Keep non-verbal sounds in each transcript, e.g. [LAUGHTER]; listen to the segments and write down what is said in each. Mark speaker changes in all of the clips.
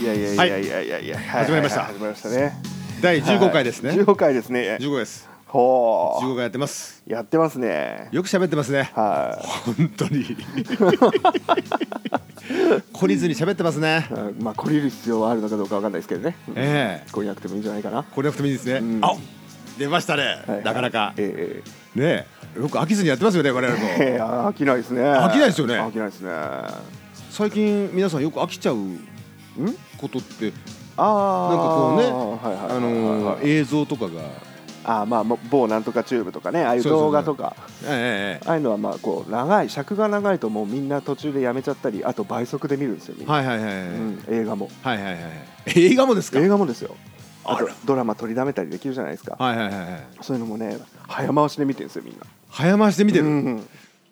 Speaker 1: いやいやいやいやいやいや、はい
Speaker 2: 始まりました
Speaker 1: はい始まりましたね。
Speaker 2: 第15回ですね、
Speaker 1: はい15回ですね。
Speaker 2: 15です
Speaker 1: ほ
Speaker 2: 15回やってます
Speaker 1: う、やってますね。
Speaker 2: よく喋ってますね
Speaker 1: は
Speaker 2: 本当
Speaker 1: [LAUGHS]
Speaker 2: に懲りずに喋ってますね
Speaker 1: い。うんまあ、懲りる必要はあるのかどうかわかんないですけどね。うん
Speaker 2: ええ
Speaker 1: 懲りなくてもいいんじゃないかな。
Speaker 2: これなくてもいいですね、
Speaker 1: うん
Speaker 2: あ出ましたね、
Speaker 1: はい
Speaker 2: なかなかね
Speaker 1: ええ
Speaker 2: えよく飽きずにやってますよね我々
Speaker 1: ええええ
Speaker 2: も
Speaker 1: 飽きないですね。
Speaker 2: 飽きないですよね
Speaker 1: 飽きないですね。あ
Speaker 2: 最近皆さんよく飽きちゃうことって
Speaker 1: あ。
Speaker 2: なんかこうね、
Speaker 1: はいはいはいはい
Speaker 2: あのー映像とかが、
Speaker 1: あーまあ、もう某なんとかチューブとかね、ああいう
Speaker 2: そうそうそ
Speaker 1: 動
Speaker 2: う
Speaker 1: 画とか。
Speaker 2: えええ
Speaker 1: ああいうのはまあこう長い尺が長いともうみんな途中でやめちゃったりあと倍速で見るんですよみん
Speaker 2: え
Speaker 1: な、
Speaker 2: はいはいはいはい、
Speaker 1: うん、映画も
Speaker 2: はいはいはい映画もですか
Speaker 1: 映画もですよ
Speaker 2: あ
Speaker 1: あ
Speaker 2: ら
Speaker 1: とドラマ取りだめたりできるじゃないですか、
Speaker 2: はいはいはいはい
Speaker 1: そういうのもね早回しで見てるんですよみんな
Speaker 2: 早回しで見てる、
Speaker 1: うん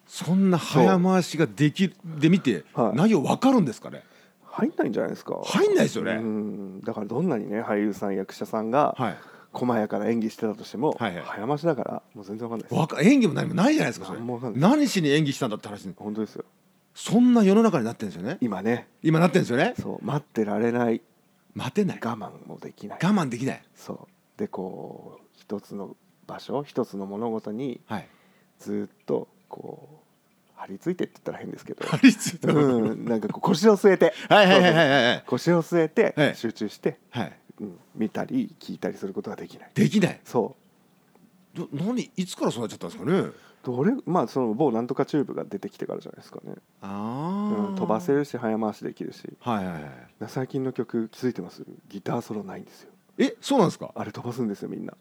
Speaker 2: そんな早回しができるで見て、
Speaker 1: はい
Speaker 2: 内容わかるんですかね
Speaker 1: 入んないんじゃないですか
Speaker 2: 入んないですよね
Speaker 1: うんだからどんなにね俳優さん役者さんが
Speaker 2: はい
Speaker 1: 細やかな演技してたとしても、
Speaker 2: はいはい
Speaker 1: 早回しだからもう全然わかんないです
Speaker 2: わか演技も何もないじゃないですかそれ
Speaker 1: 何もわかん
Speaker 2: 何しに演技したんだって話に
Speaker 1: 本当ですよ
Speaker 2: そんな世の中になってるんですよね
Speaker 1: 今ね
Speaker 2: 今なってるんですよね
Speaker 1: そう待ってられない
Speaker 2: 待てない我
Speaker 1: 我慢もできない
Speaker 2: 慢できない
Speaker 1: そうでこう一つの場所一つの物事に
Speaker 2: はい
Speaker 1: ずっとこう張り付いてって言ったら変ですけど
Speaker 2: 張り付いたこと
Speaker 1: [LAUGHS] うんなんかこう腰を据えて
Speaker 2: [LAUGHS] はいはいは
Speaker 1: そ
Speaker 2: い
Speaker 1: う
Speaker 2: は
Speaker 1: そう
Speaker 2: いはい
Speaker 1: 腰を据え
Speaker 2: は
Speaker 1: て
Speaker 2: い
Speaker 1: 集中して、
Speaker 2: はい
Speaker 1: うん、見たり聞いたりすることができない
Speaker 2: できない
Speaker 1: そ
Speaker 2: ど何いつからそうなっちゃったんですかね
Speaker 1: うどれまあその某なんとかチューブが出てきてからじゃないですかね、
Speaker 2: ああ、
Speaker 1: うん、飛ばせるし早回しできるし
Speaker 2: はいはいはい
Speaker 1: 最近の曲気づいてますギターソロないんですよ
Speaker 2: えそうなんですか
Speaker 1: あれ飛ばすんですよみんな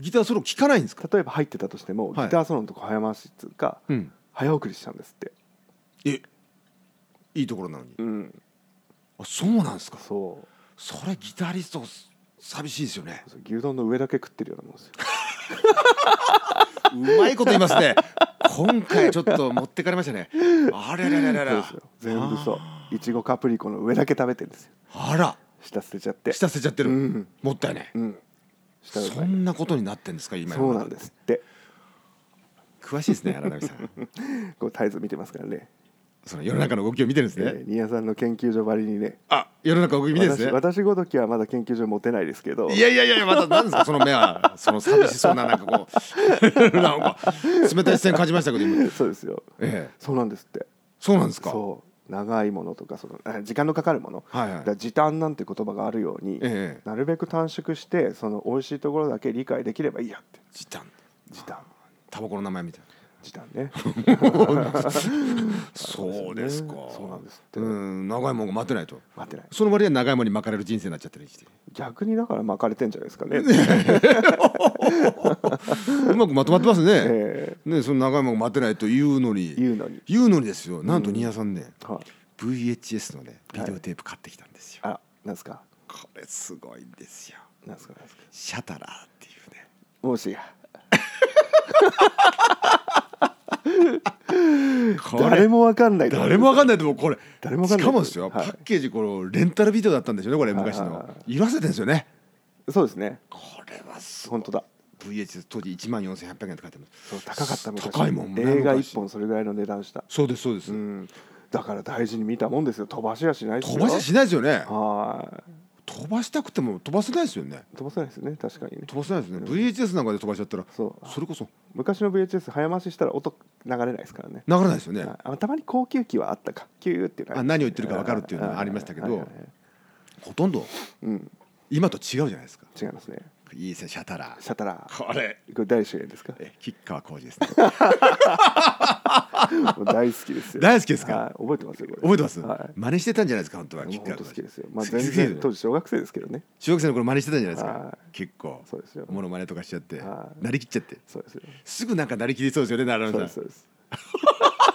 Speaker 2: ギターソロ聴かないんですか
Speaker 1: 例えば入ってたとしても、
Speaker 2: はい
Speaker 1: ギターソロのとこ早回しっつうか
Speaker 2: うん
Speaker 1: 早送りしちゃうんですって
Speaker 2: えいいところなのに
Speaker 1: うん
Speaker 2: あそうなんですか
Speaker 1: そう
Speaker 2: それギタリストす寂しいですよね
Speaker 1: そう牛丼の上だけ食ってるようなもんですよ
Speaker 2: うまいこと言いますね今回ちょっと持ってかれましたねあれれれれれ
Speaker 1: そうですよ全部そういちごカプリコの上だけ食べてるんですよ
Speaker 2: あら
Speaker 1: 下捨てちゃって
Speaker 2: 下捨てちゃってる、
Speaker 1: うん
Speaker 2: もったいない
Speaker 1: うん下
Speaker 2: そ
Speaker 1: がない
Speaker 2: んなことになってんですか今
Speaker 1: そうなんですって
Speaker 2: 詳しいですね荒波さん
Speaker 1: こう絶えず見てますからね
Speaker 2: その世の中の動きを見てるんです
Speaker 1: え
Speaker 2: ね、
Speaker 1: ー新谷さんの研究所ばりにね
Speaker 2: あ世の中の動き見てるんです
Speaker 1: 私私
Speaker 2: ね
Speaker 1: ごときはまだ研究所持てないですけど
Speaker 2: いやいやいやいやまた何ですかその目はその寂しそうななんかこう [LAUGHS] なんか冷たい視線感じましたけど今
Speaker 1: [LAUGHS] そうですよ
Speaker 2: ええ
Speaker 1: そうなんですって
Speaker 2: そうなんですか
Speaker 1: そう長いものとかそのあ時間のかかるもの、
Speaker 2: はいはい
Speaker 1: だから時短なんて言葉があるように、
Speaker 2: ええ
Speaker 1: なるべく短縮してその美味しいところだけ理解できればいいやって
Speaker 2: 時短
Speaker 1: 時短
Speaker 2: タバコの名前みたいな
Speaker 1: 時短ね
Speaker 2: そうですか
Speaker 1: そうなんですって
Speaker 2: うん長いもんが待てないと
Speaker 1: 待ってない
Speaker 2: その割には長いもんに巻かれる人生になっちゃったりして
Speaker 1: 逆にだから巻かれてんじゃないですか
Speaker 2: [LAUGHS]
Speaker 1: ね、
Speaker 2: うまくまとまってますね、
Speaker 1: [LAUGHS] え
Speaker 2: ねその長いもんが待てないと言うのに
Speaker 1: ー言うのに、
Speaker 2: 言うのにですよなんと新谷さんね、
Speaker 1: はい
Speaker 2: VHS のねビデオテープ買ってきたんですよ、
Speaker 1: あらなんですか
Speaker 2: これすごいんですよ
Speaker 1: なんですかなんですか
Speaker 2: シャタラーっていうね
Speaker 1: もしや
Speaker 2: これ
Speaker 1: 誰もわかんない
Speaker 2: 誰もわかんないと思うこれ
Speaker 1: 誰もわかんない
Speaker 2: しかもですよ、
Speaker 1: はい
Speaker 2: パッケージこのレンタルビデオだったんですよねこれ昔
Speaker 1: はいはい
Speaker 2: の
Speaker 1: はい
Speaker 2: 色あせてんですよね
Speaker 1: そうですね
Speaker 2: これはすごい
Speaker 1: 本当だ
Speaker 2: VHS 当時1万4800円って書いてあります
Speaker 1: そう高かった昔
Speaker 2: 高いもんね
Speaker 1: 映画
Speaker 2: 昔
Speaker 1: 一本それぐらいの値段した
Speaker 2: そうですそうです、
Speaker 1: うんだから大事に見たもんですよ飛ばしやしないですよ
Speaker 2: 飛ばしはしないですよね
Speaker 1: は
Speaker 2: 飛ばしたくても飛ばせないですよね
Speaker 1: い飛ばせないですね確かにね
Speaker 2: 飛ばせないですね VHS なんかで飛ばしちゃったら
Speaker 1: そ
Speaker 2: そうれこそ
Speaker 1: 昔の VHS 早回ししたら音流れないですからね
Speaker 2: 流れないですよね、
Speaker 1: はいあたまに高級機はあったかキューっていうのは
Speaker 2: あ何を言ってるかわかるっていうのはありましたけど
Speaker 1: はいはいはい
Speaker 2: ほとんど
Speaker 1: うん
Speaker 2: 今と違うじゃないですか
Speaker 1: 違いますね
Speaker 2: いいですねシャタラー
Speaker 1: シャタラー
Speaker 2: これ
Speaker 1: これ大主演です
Speaker 2: [LAUGHS]
Speaker 1: か
Speaker 2: え吉川浩司ですね
Speaker 1: [LAUGHS] もう大好きですよ。
Speaker 2: 大好きですか
Speaker 1: はい、覚えてますよ。
Speaker 2: 覚えてます、
Speaker 1: はい。
Speaker 2: 真似してたんじゃないですか本当は
Speaker 1: もう
Speaker 2: 吉
Speaker 1: 本
Speaker 2: 川
Speaker 1: 当
Speaker 2: 浩
Speaker 1: 好
Speaker 2: 司
Speaker 1: きですよ。まあ
Speaker 2: 好きで
Speaker 1: 全
Speaker 2: すよね
Speaker 1: 然当時小学生ですけどね。
Speaker 2: 中学生の頃真似してたんじゃないです
Speaker 1: は
Speaker 2: か
Speaker 1: い
Speaker 2: 結構
Speaker 1: そうですよ
Speaker 2: ものまねとかしちゃって
Speaker 1: はい
Speaker 2: なりきっちゃって
Speaker 1: そうですよ。
Speaker 2: すぐなんかなりきりそうですよね奈
Speaker 1: そう
Speaker 2: 良
Speaker 1: で
Speaker 2: 野
Speaker 1: す
Speaker 2: さ
Speaker 1: そ
Speaker 2: ん
Speaker 1: うです。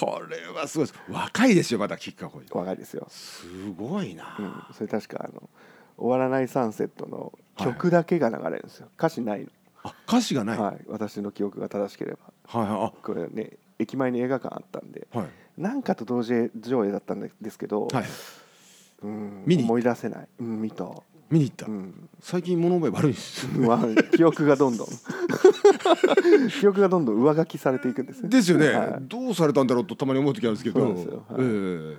Speaker 2: これはすごいです若いですよまだ吉川浩司
Speaker 1: 若いですよ。
Speaker 2: すごいな、
Speaker 1: うん。それ確かあの終わらないサンセットの曲だけが流れるんですよ。歌詞ないの。
Speaker 2: あ歌詞がない、はい、
Speaker 1: はい。私の記憶が正しければ
Speaker 2: はいあ
Speaker 1: これね駅前に映画館あったんで
Speaker 2: はい
Speaker 1: なんかと同時上映だったんですけど、
Speaker 2: はい
Speaker 1: うん
Speaker 2: 見に行った
Speaker 1: 思い出せない、うん、見た、
Speaker 2: 見に行った、
Speaker 1: うん
Speaker 2: 最近物覚え悪いです
Speaker 1: まあ、記憶がどんどん [LAUGHS] 記憶がどんどん上書きされていくんですね
Speaker 2: ですよね、
Speaker 1: はい
Speaker 2: どうされたんだろうとたまに思う時あるんですけど
Speaker 1: そうなんですよはい
Speaker 2: え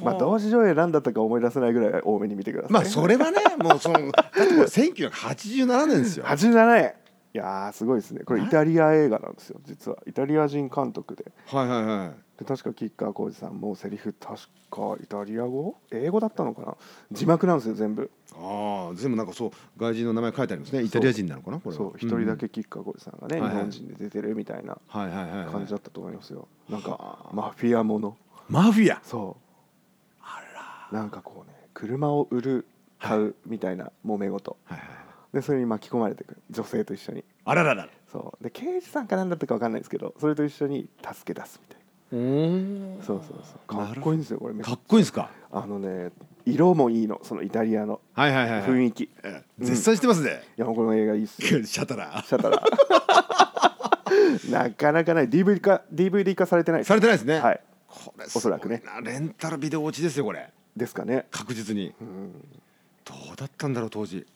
Speaker 2: え
Speaker 1: まあ、同時上映何だったか思い出せないぐらい多めに見てください、
Speaker 2: まあそれはねもうそ
Speaker 1: [LAUGHS]
Speaker 2: のだってこれ1987年ですよ
Speaker 1: 87円いやーすごいですねこれイタリア映画なんですよ実はイタリア人監督で
Speaker 2: はいはいは
Speaker 1: で確か吉川晃司さんもセリフ確かイタリア語英語だったのかな字幕なんですよ全部
Speaker 2: いああ全部なんかそう外人の名前書いてありますねイタリア人なのかなこれは
Speaker 1: そう一人だ、け吉川晃司さんがね、
Speaker 2: はいはい
Speaker 1: 日本人で出てるみたいな
Speaker 2: うんはいはいはい、はい、
Speaker 1: 感じだったと思いますよ、なんかマフィアもの
Speaker 2: マフィア
Speaker 1: そうなんかこうね車を売る買うみたいな揉め事、
Speaker 2: はいはい
Speaker 1: でそれに巻き込まれてくる女性と一緒に
Speaker 2: あららら
Speaker 1: そうで刑事さんかなんだったか分かんないですけどそれと一緒に助け出すみたいな
Speaker 2: うん
Speaker 1: そうそうそうかっこいいんですよこれめっち
Speaker 2: か
Speaker 1: ゃ
Speaker 2: っこいいですか
Speaker 1: あのね色もいいのそのイタリアの
Speaker 2: はいはいはい、はい、
Speaker 1: 雰囲気、い
Speaker 2: ええ絶賛してますね、
Speaker 1: やもうこの映画いいっすよ
Speaker 2: [LAUGHS] シャタラ
Speaker 1: シャタラ [LAUGHS] なかなかない DVD 化 DVD 化されてない
Speaker 2: されてないですね
Speaker 1: はい
Speaker 2: これ
Speaker 1: おそらくね
Speaker 2: すごいなレンタルビデオ落ちですよこれ
Speaker 1: ですかね
Speaker 2: 確実にどうだったんだろう当時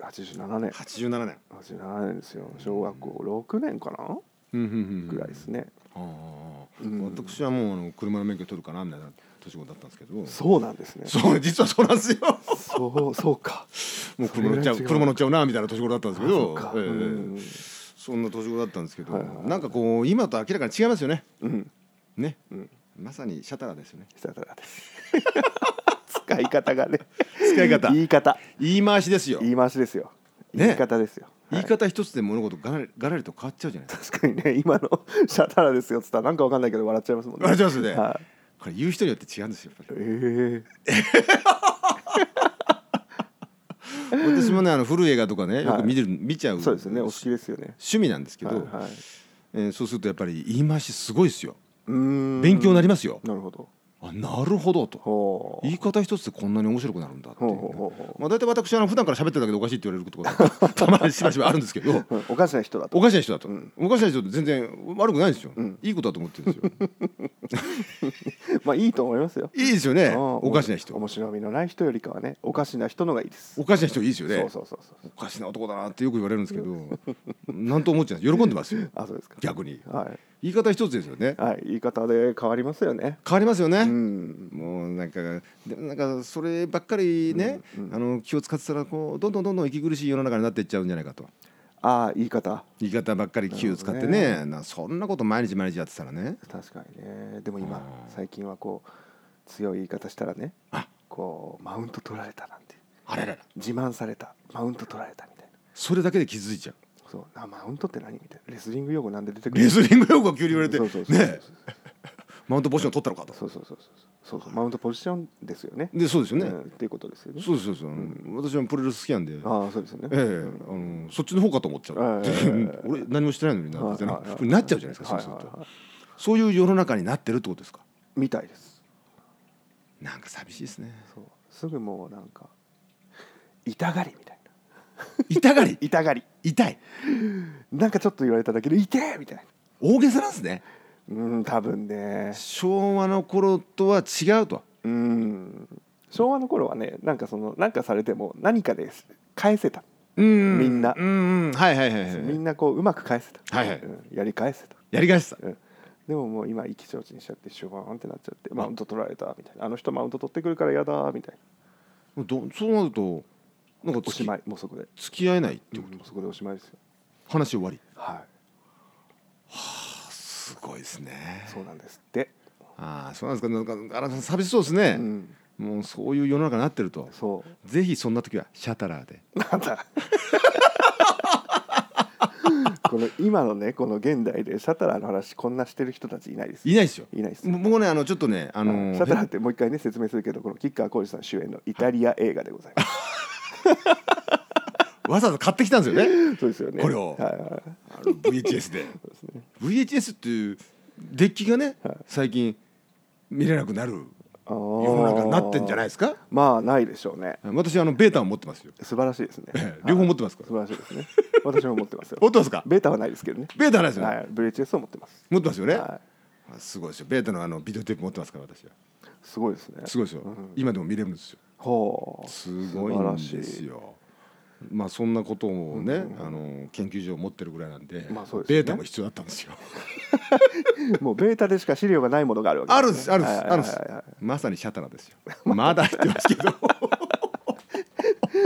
Speaker 1: 87年
Speaker 2: 87年
Speaker 1: 87年ですよ小学校6年かな
Speaker 2: うんうんうん
Speaker 1: ぐらいですね
Speaker 2: ああ私はもうあの車の免許取るかなみたいな年頃だったんですけど
Speaker 1: そうなんですね
Speaker 2: そう実はそうなんですよ
Speaker 1: そうそうか
Speaker 2: もう車乗っちゃう
Speaker 1: それぐらい違う
Speaker 2: 車乗っちゃうなみたいな年頃だったんですけ
Speaker 1: そう
Speaker 2: ど
Speaker 1: か
Speaker 2: ええ
Speaker 1: うん
Speaker 2: そんな年頃だったんですけど、
Speaker 1: はいはい
Speaker 2: なんかこう今と明らかに違いますよね
Speaker 1: うん
Speaker 2: ね、
Speaker 1: ん
Speaker 2: まさにシャタラですよね
Speaker 1: シャタラです [LAUGHS] 使い方がね
Speaker 2: 使い方
Speaker 1: 言い方
Speaker 2: 言い回しですよ
Speaker 1: 言い回しですよ
Speaker 2: ね
Speaker 1: 言い方ですよ、
Speaker 2: 言い方一つで物事がらりがらりと変わっちゃうじゃないですか
Speaker 1: 確かにね今の [LAUGHS] 「シャタラですよ」っつったらなんかわかんないけど笑っちゃいますもんね
Speaker 2: 笑っちゃいますよね
Speaker 1: はい
Speaker 2: これ言う人によって違うんですよやっぱり
Speaker 1: え
Speaker 2: 私もねあの古い映画とかねよ
Speaker 1: はい
Speaker 2: く見てる、見ちゃ
Speaker 1: え
Speaker 2: う
Speaker 1: そうですねお好きですよね
Speaker 2: 趣味なんですけど、
Speaker 1: はいはい
Speaker 2: えーそうするとやっぱり言い回しすごいですよ
Speaker 1: うーん
Speaker 2: 勉強になりますよ、
Speaker 1: なるほど
Speaker 2: あなるほどと
Speaker 1: ほう
Speaker 2: 言い方一つでこんなに面白くなるんだっていう
Speaker 1: ほうほうほうほう
Speaker 2: まあ大体私はあの普段から喋ってるだけでおかしいって言われることが [LAUGHS] たまにしばしばあるんですけ [LAUGHS] ど
Speaker 1: うんおかしな人だと
Speaker 2: おかしな人だと、
Speaker 1: ん
Speaker 2: おかしな人って全然悪くないですよ、いいことだと思ってるんですよ
Speaker 1: まあいいと思いますよ
Speaker 2: いいですよ [LAUGHS] ね
Speaker 1: うん
Speaker 2: おかしな人
Speaker 1: 面白みのない人よりかはねおかしな人のがいいです
Speaker 2: おかしな人いいですよね
Speaker 1: そうそうそうそう
Speaker 2: おかしな男だなってよく言われるんですけどなんとも思っちゃうんです喜んでますよ
Speaker 1: あそうですか
Speaker 2: 逆に
Speaker 1: はい
Speaker 2: 言い方一つですよね
Speaker 1: はい言い方で変わりますよね
Speaker 2: 変わりますよね、
Speaker 1: うん
Speaker 2: もうなんかでもなんかそればっかりね、あの気を使ってたらこうどんどんどんどん息苦しい世の中になっていっちゃうんじゃないかと
Speaker 1: ああ言い方
Speaker 2: 言い方ばっかり気を使っ
Speaker 1: な
Speaker 2: て
Speaker 1: る
Speaker 2: ねなそんなこと毎日毎日やってたらね
Speaker 1: 確かにねでも今
Speaker 2: うん
Speaker 1: 最近はこう強い言い方したらね
Speaker 2: あ
Speaker 1: こうマウント取られたなんて
Speaker 2: あれらら
Speaker 1: 自慢されたマウント取られたみたい
Speaker 2: それだけで気づいちゃう
Speaker 1: なそうあマウントって何みたいなレスリング用語なんで出てくる
Speaker 2: レスリング用語が急に言われて
Speaker 1: そうそうそう
Speaker 2: ねマウントポジション取ったのかと
Speaker 1: そうそうそうそうそうそうマウントポジションですよね
Speaker 2: でそうですよね、
Speaker 1: うんっていうことですよね
Speaker 2: そうですそうです、あの私はプロレス好きなんで
Speaker 1: ああそうですよね
Speaker 2: ええあのそっちの方かと思っちゃう、
Speaker 1: ええ
Speaker 2: [LAUGHS] 俺何もしてないのにな
Speaker 1: はい
Speaker 2: みたいな、
Speaker 1: はいはい
Speaker 2: なっちゃうじゃないですか、
Speaker 1: はい
Speaker 2: そうすると、
Speaker 1: はいはい
Speaker 2: そういう世の中になってるってことですか
Speaker 1: みたいです
Speaker 2: なんか寂しいですね [LAUGHS]
Speaker 1: そうすぐもうなんか痛がりみたいな
Speaker 2: 痛がり
Speaker 1: 痛がり
Speaker 2: 痛い
Speaker 1: なんかちょっと言われただけで痛えみたいな
Speaker 2: 大げさなんですね
Speaker 1: うん多分ね
Speaker 2: 昭和の頃とは違うと
Speaker 1: うん昭和の頃はねなんかそのなんかされても何かです返せた
Speaker 2: うん
Speaker 1: みんな
Speaker 2: うんうんはいはいはいはい
Speaker 1: みんなこううまく返せた、
Speaker 2: はいはい
Speaker 1: うんやり返せた、
Speaker 2: やり返した
Speaker 1: うん、でももう今意気消沈しちゃってシュワーンってなっちゃってマウント取られたみたいなあの人マウント取ってくるからやだーみたいな
Speaker 2: どそうなるとなんか
Speaker 1: お
Speaker 2: 付
Speaker 1: し
Speaker 2: き
Speaker 1: まいもうそこで
Speaker 2: 付き合えないって
Speaker 1: もうそこでおしまいですよ
Speaker 2: 話終わり
Speaker 1: は
Speaker 2: すごいですね
Speaker 1: いそうなんですって、
Speaker 2: ああそうなんですかなんか荒川さん寂しそうですね
Speaker 1: う、ん、
Speaker 2: もうそういう世の中になってると
Speaker 1: そう
Speaker 2: ぜひそんな時はシャタラーで
Speaker 1: なん
Speaker 2: [LAUGHS]
Speaker 1: だこの今のねこの現代でシャタラーの話こんなしてる人たちいないです
Speaker 2: いないですよ
Speaker 1: いないです
Speaker 2: も僕ねあのちょっとねあの
Speaker 1: シャタラーってもう一回ね説明するけどこの吉川晃司さん主演のイタリア映画でござい
Speaker 2: [LAUGHS]
Speaker 1: ます
Speaker 2: わざわざ買ってきたんですよ
Speaker 1: [LAUGHS]
Speaker 2: ね
Speaker 1: そうですよね
Speaker 2: これを
Speaker 1: はいはい
Speaker 2: あの VHS
Speaker 1: そうで
Speaker 2: で
Speaker 1: すね
Speaker 2: VHS っていうデッキがね最近見れなくなる
Speaker 1: 世
Speaker 2: 世の中になってんじゃない
Speaker 1: い
Speaker 2: ですか
Speaker 1: まあないでしょうね
Speaker 2: 私あのベータを持ってますよ
Speaker 1: 素晴らしいですね
Speaker 2: 両方持ってますから
Speaker 1: 素晴らしいですね私も持ってますよ
Speaker 2: 持ってますか
Speaker 1: ベータはないですけどね
Speaker 2: ベータなんですよ、
Speaker 1: はい VHS を持ってます
Speaker 2: 持ってますよね、
Speaker 1: は
Speaker 2: すごいですよベータのあのビデオテープ持ってますから私は
Speaker 1: すごいですね
Speaker 2: すごいですよ、今でも見れるんですよ
Speaker 1: ほう
Speaker 2: すごいんです
Speaker 1: 素晴らしい
Speaker 2: よまあそんなことをね、あの研究所を持ってるぐらいなんで,、
Speaker 1: まあそうですね
Speaker 2: ベータも必要だったんですよ
Speaker 1: もうベータでしか資料がないものがあるわけ
Speaker 2: あるんですあるんです
Speaker 1: はい
Speaker 2: あるんです
Speaker 1: はいはいは
Speaker 2: まさにシャタラですよまだ入ってますけど
Speaker 1: い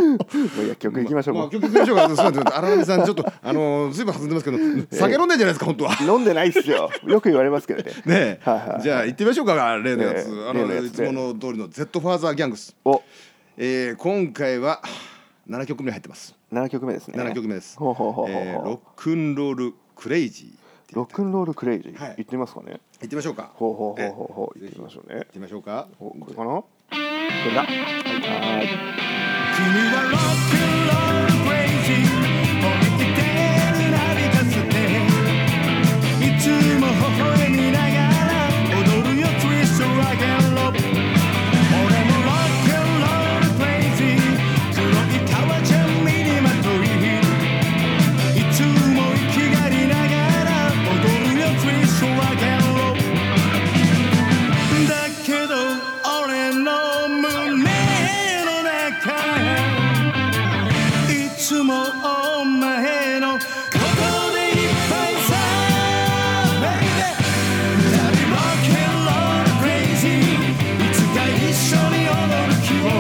Speaker 1: もういや曲いきましょう
Speaker 2: まあ、
Speaker 1: も
Speaker 2: 曲いきましょうかそうなんですよ荒波さんちょっとあのずいぶん弾んでますけど酒飲んでんじゃないですか本
Speaker 1: [LAUGHS]
Speaker 2: 当は
Speaker 1: う飲んでないっすよ [LAUGHS] よく言われますけどね
Speaker 2: ねえ、
Speaker 1: はいはい
Speaker 2: じゃあ行ってみましょうか例のやつ、
Speaker 1: ええ
Speaker 2: あ
Speaker 1: 例
Speaker 2: の
Speaker 1: のやつ
Speaker 2: いつもの通りの Z ファーザーギャングス、
Speaker 1: お
Speaker 2: えー、今回は7曲目に入ってます
Speaker 1: 7曲目ですね
Speaker 2: 7曲目です、
Speaker 1: ほうほうほうほう
Speaker 2: えーロックンロールクレイジーって
Speaker 1: ロックンロールクレイジー、
Speaker 2: はい
Speaker 1: 行ってみますかね
Speaker 2: 行ってみましょうか
Speaker 1: ほうほうほうほうほう
Speaker 2: え
Speaker 1: 行
Speaker 2: え
Speaker 1: ってみましょう
Speaker 2: 行
Speaker 1: ね
Speaker 2: ってみましょうか
Speaker 1: おこれかなこれだはい
Speaker 3: 「君はロックンロールクレイジー」「おいててなびかす」「いつも微笑みながら踊るよツイストラゲンロップ」「俺もロックンロールクレイジー」「黒い革ジャン身にまとい」「いつも生きがりながら踊るよツイストラゲンロップ」だけど俺の胸の中いつもお前のことでいっぱいさ Baby 旅もケンロールクレイジーいつか一緒に踊る希望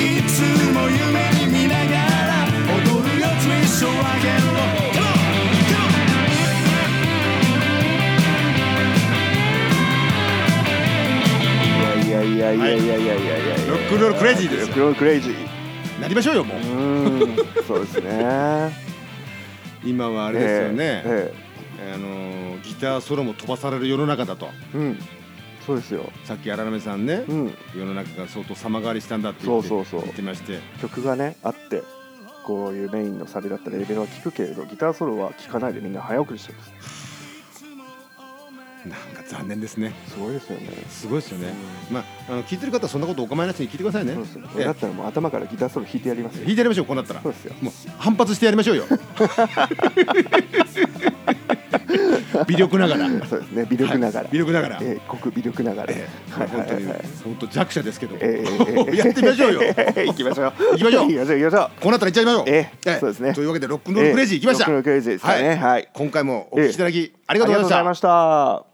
Speaker 3: いつも夢に見ながら踊るよ Twist or I get low Come on! Come on!
Speaker 1: いやいやいやいやいやいやいやいやいや
Speaker 2: ロックンロールクレイジーですよ
Speaker 1: ロックンロールクレイジー
Speaker 2: なりましょうよもう
Speaker 1: うーんそうですね
Speaker 2: 今はあ
Speaker 1: あ
Speaker 2: れですよね、
Speaker 1: え
Speaker 2: あのーギターソロも飛ばされる世の中だと
Speaker 1: えええうんそうですよ
Speaker 2: さっき荒波さんね、
Speaker 1: うん
Speaker 2: 世の中が相当様変わりしたんだって言って
Speaker 1: そうそうそう
Speaker 2: 言ってまして
Speaker 1: 曲がねあってこういうメインのサビだったりレベルは聴くけれどギターソロは聴かないでみんな早送りしてるんで
Speaker 2: なんか残念ですね
Speaker 1: すすごいですよね
Speaker 2: すごいですよね、まああの聞いてる方はそんなことお構いなしに聞いてくださいね
Speaker 1: そうですよね
Speaker 2: ええ
Speaker 1: だったらもう頭からギターソロ弾いてやりますよ
Speaker 2: 弾いてやりましょうこうなったら
Speaker 1: そうですよ
Speaker 2: もう反発してやり
Speaker 1: [LAUGHS]
Speaker 2: ましょうよ微力ながら
Speaker 1: そうですね微力ながら、
Speaker 2: [LAUGHS] はい微力ながら
Speaker 1: ええごく微力ながら、
Speaker 2: ええ
Speaker 1: はいは
Speaker 2: 本
Speaker 1: い
Speaker 2: 当
Speaker 1: はい
Speaker 2: に
Speaker 1: はい
Speaker 2: 本当弱者ですけど、
Speaker 1: ええええ
Speaker 2: [LAUGHS] やってみましょうよ
Speaker 1: [LAUGHS] 行きましょう
Speaker 2: 行きましょ
Speaker 1: 行
Speaker 2: う
Speaker 1: きましょう行きましょう
Speaker 2: こうなったらいっちゃいましょう、
Speaker 1: ええそうですね
Speaker 2: というわけでロックンロールクレイジーいきました、
Speaker 1: ええロックンロールクレイジーでしたねはい
Speaker 2: 今回もお聞きいただきありがとうございました、
Speaker 1: ありがとうございました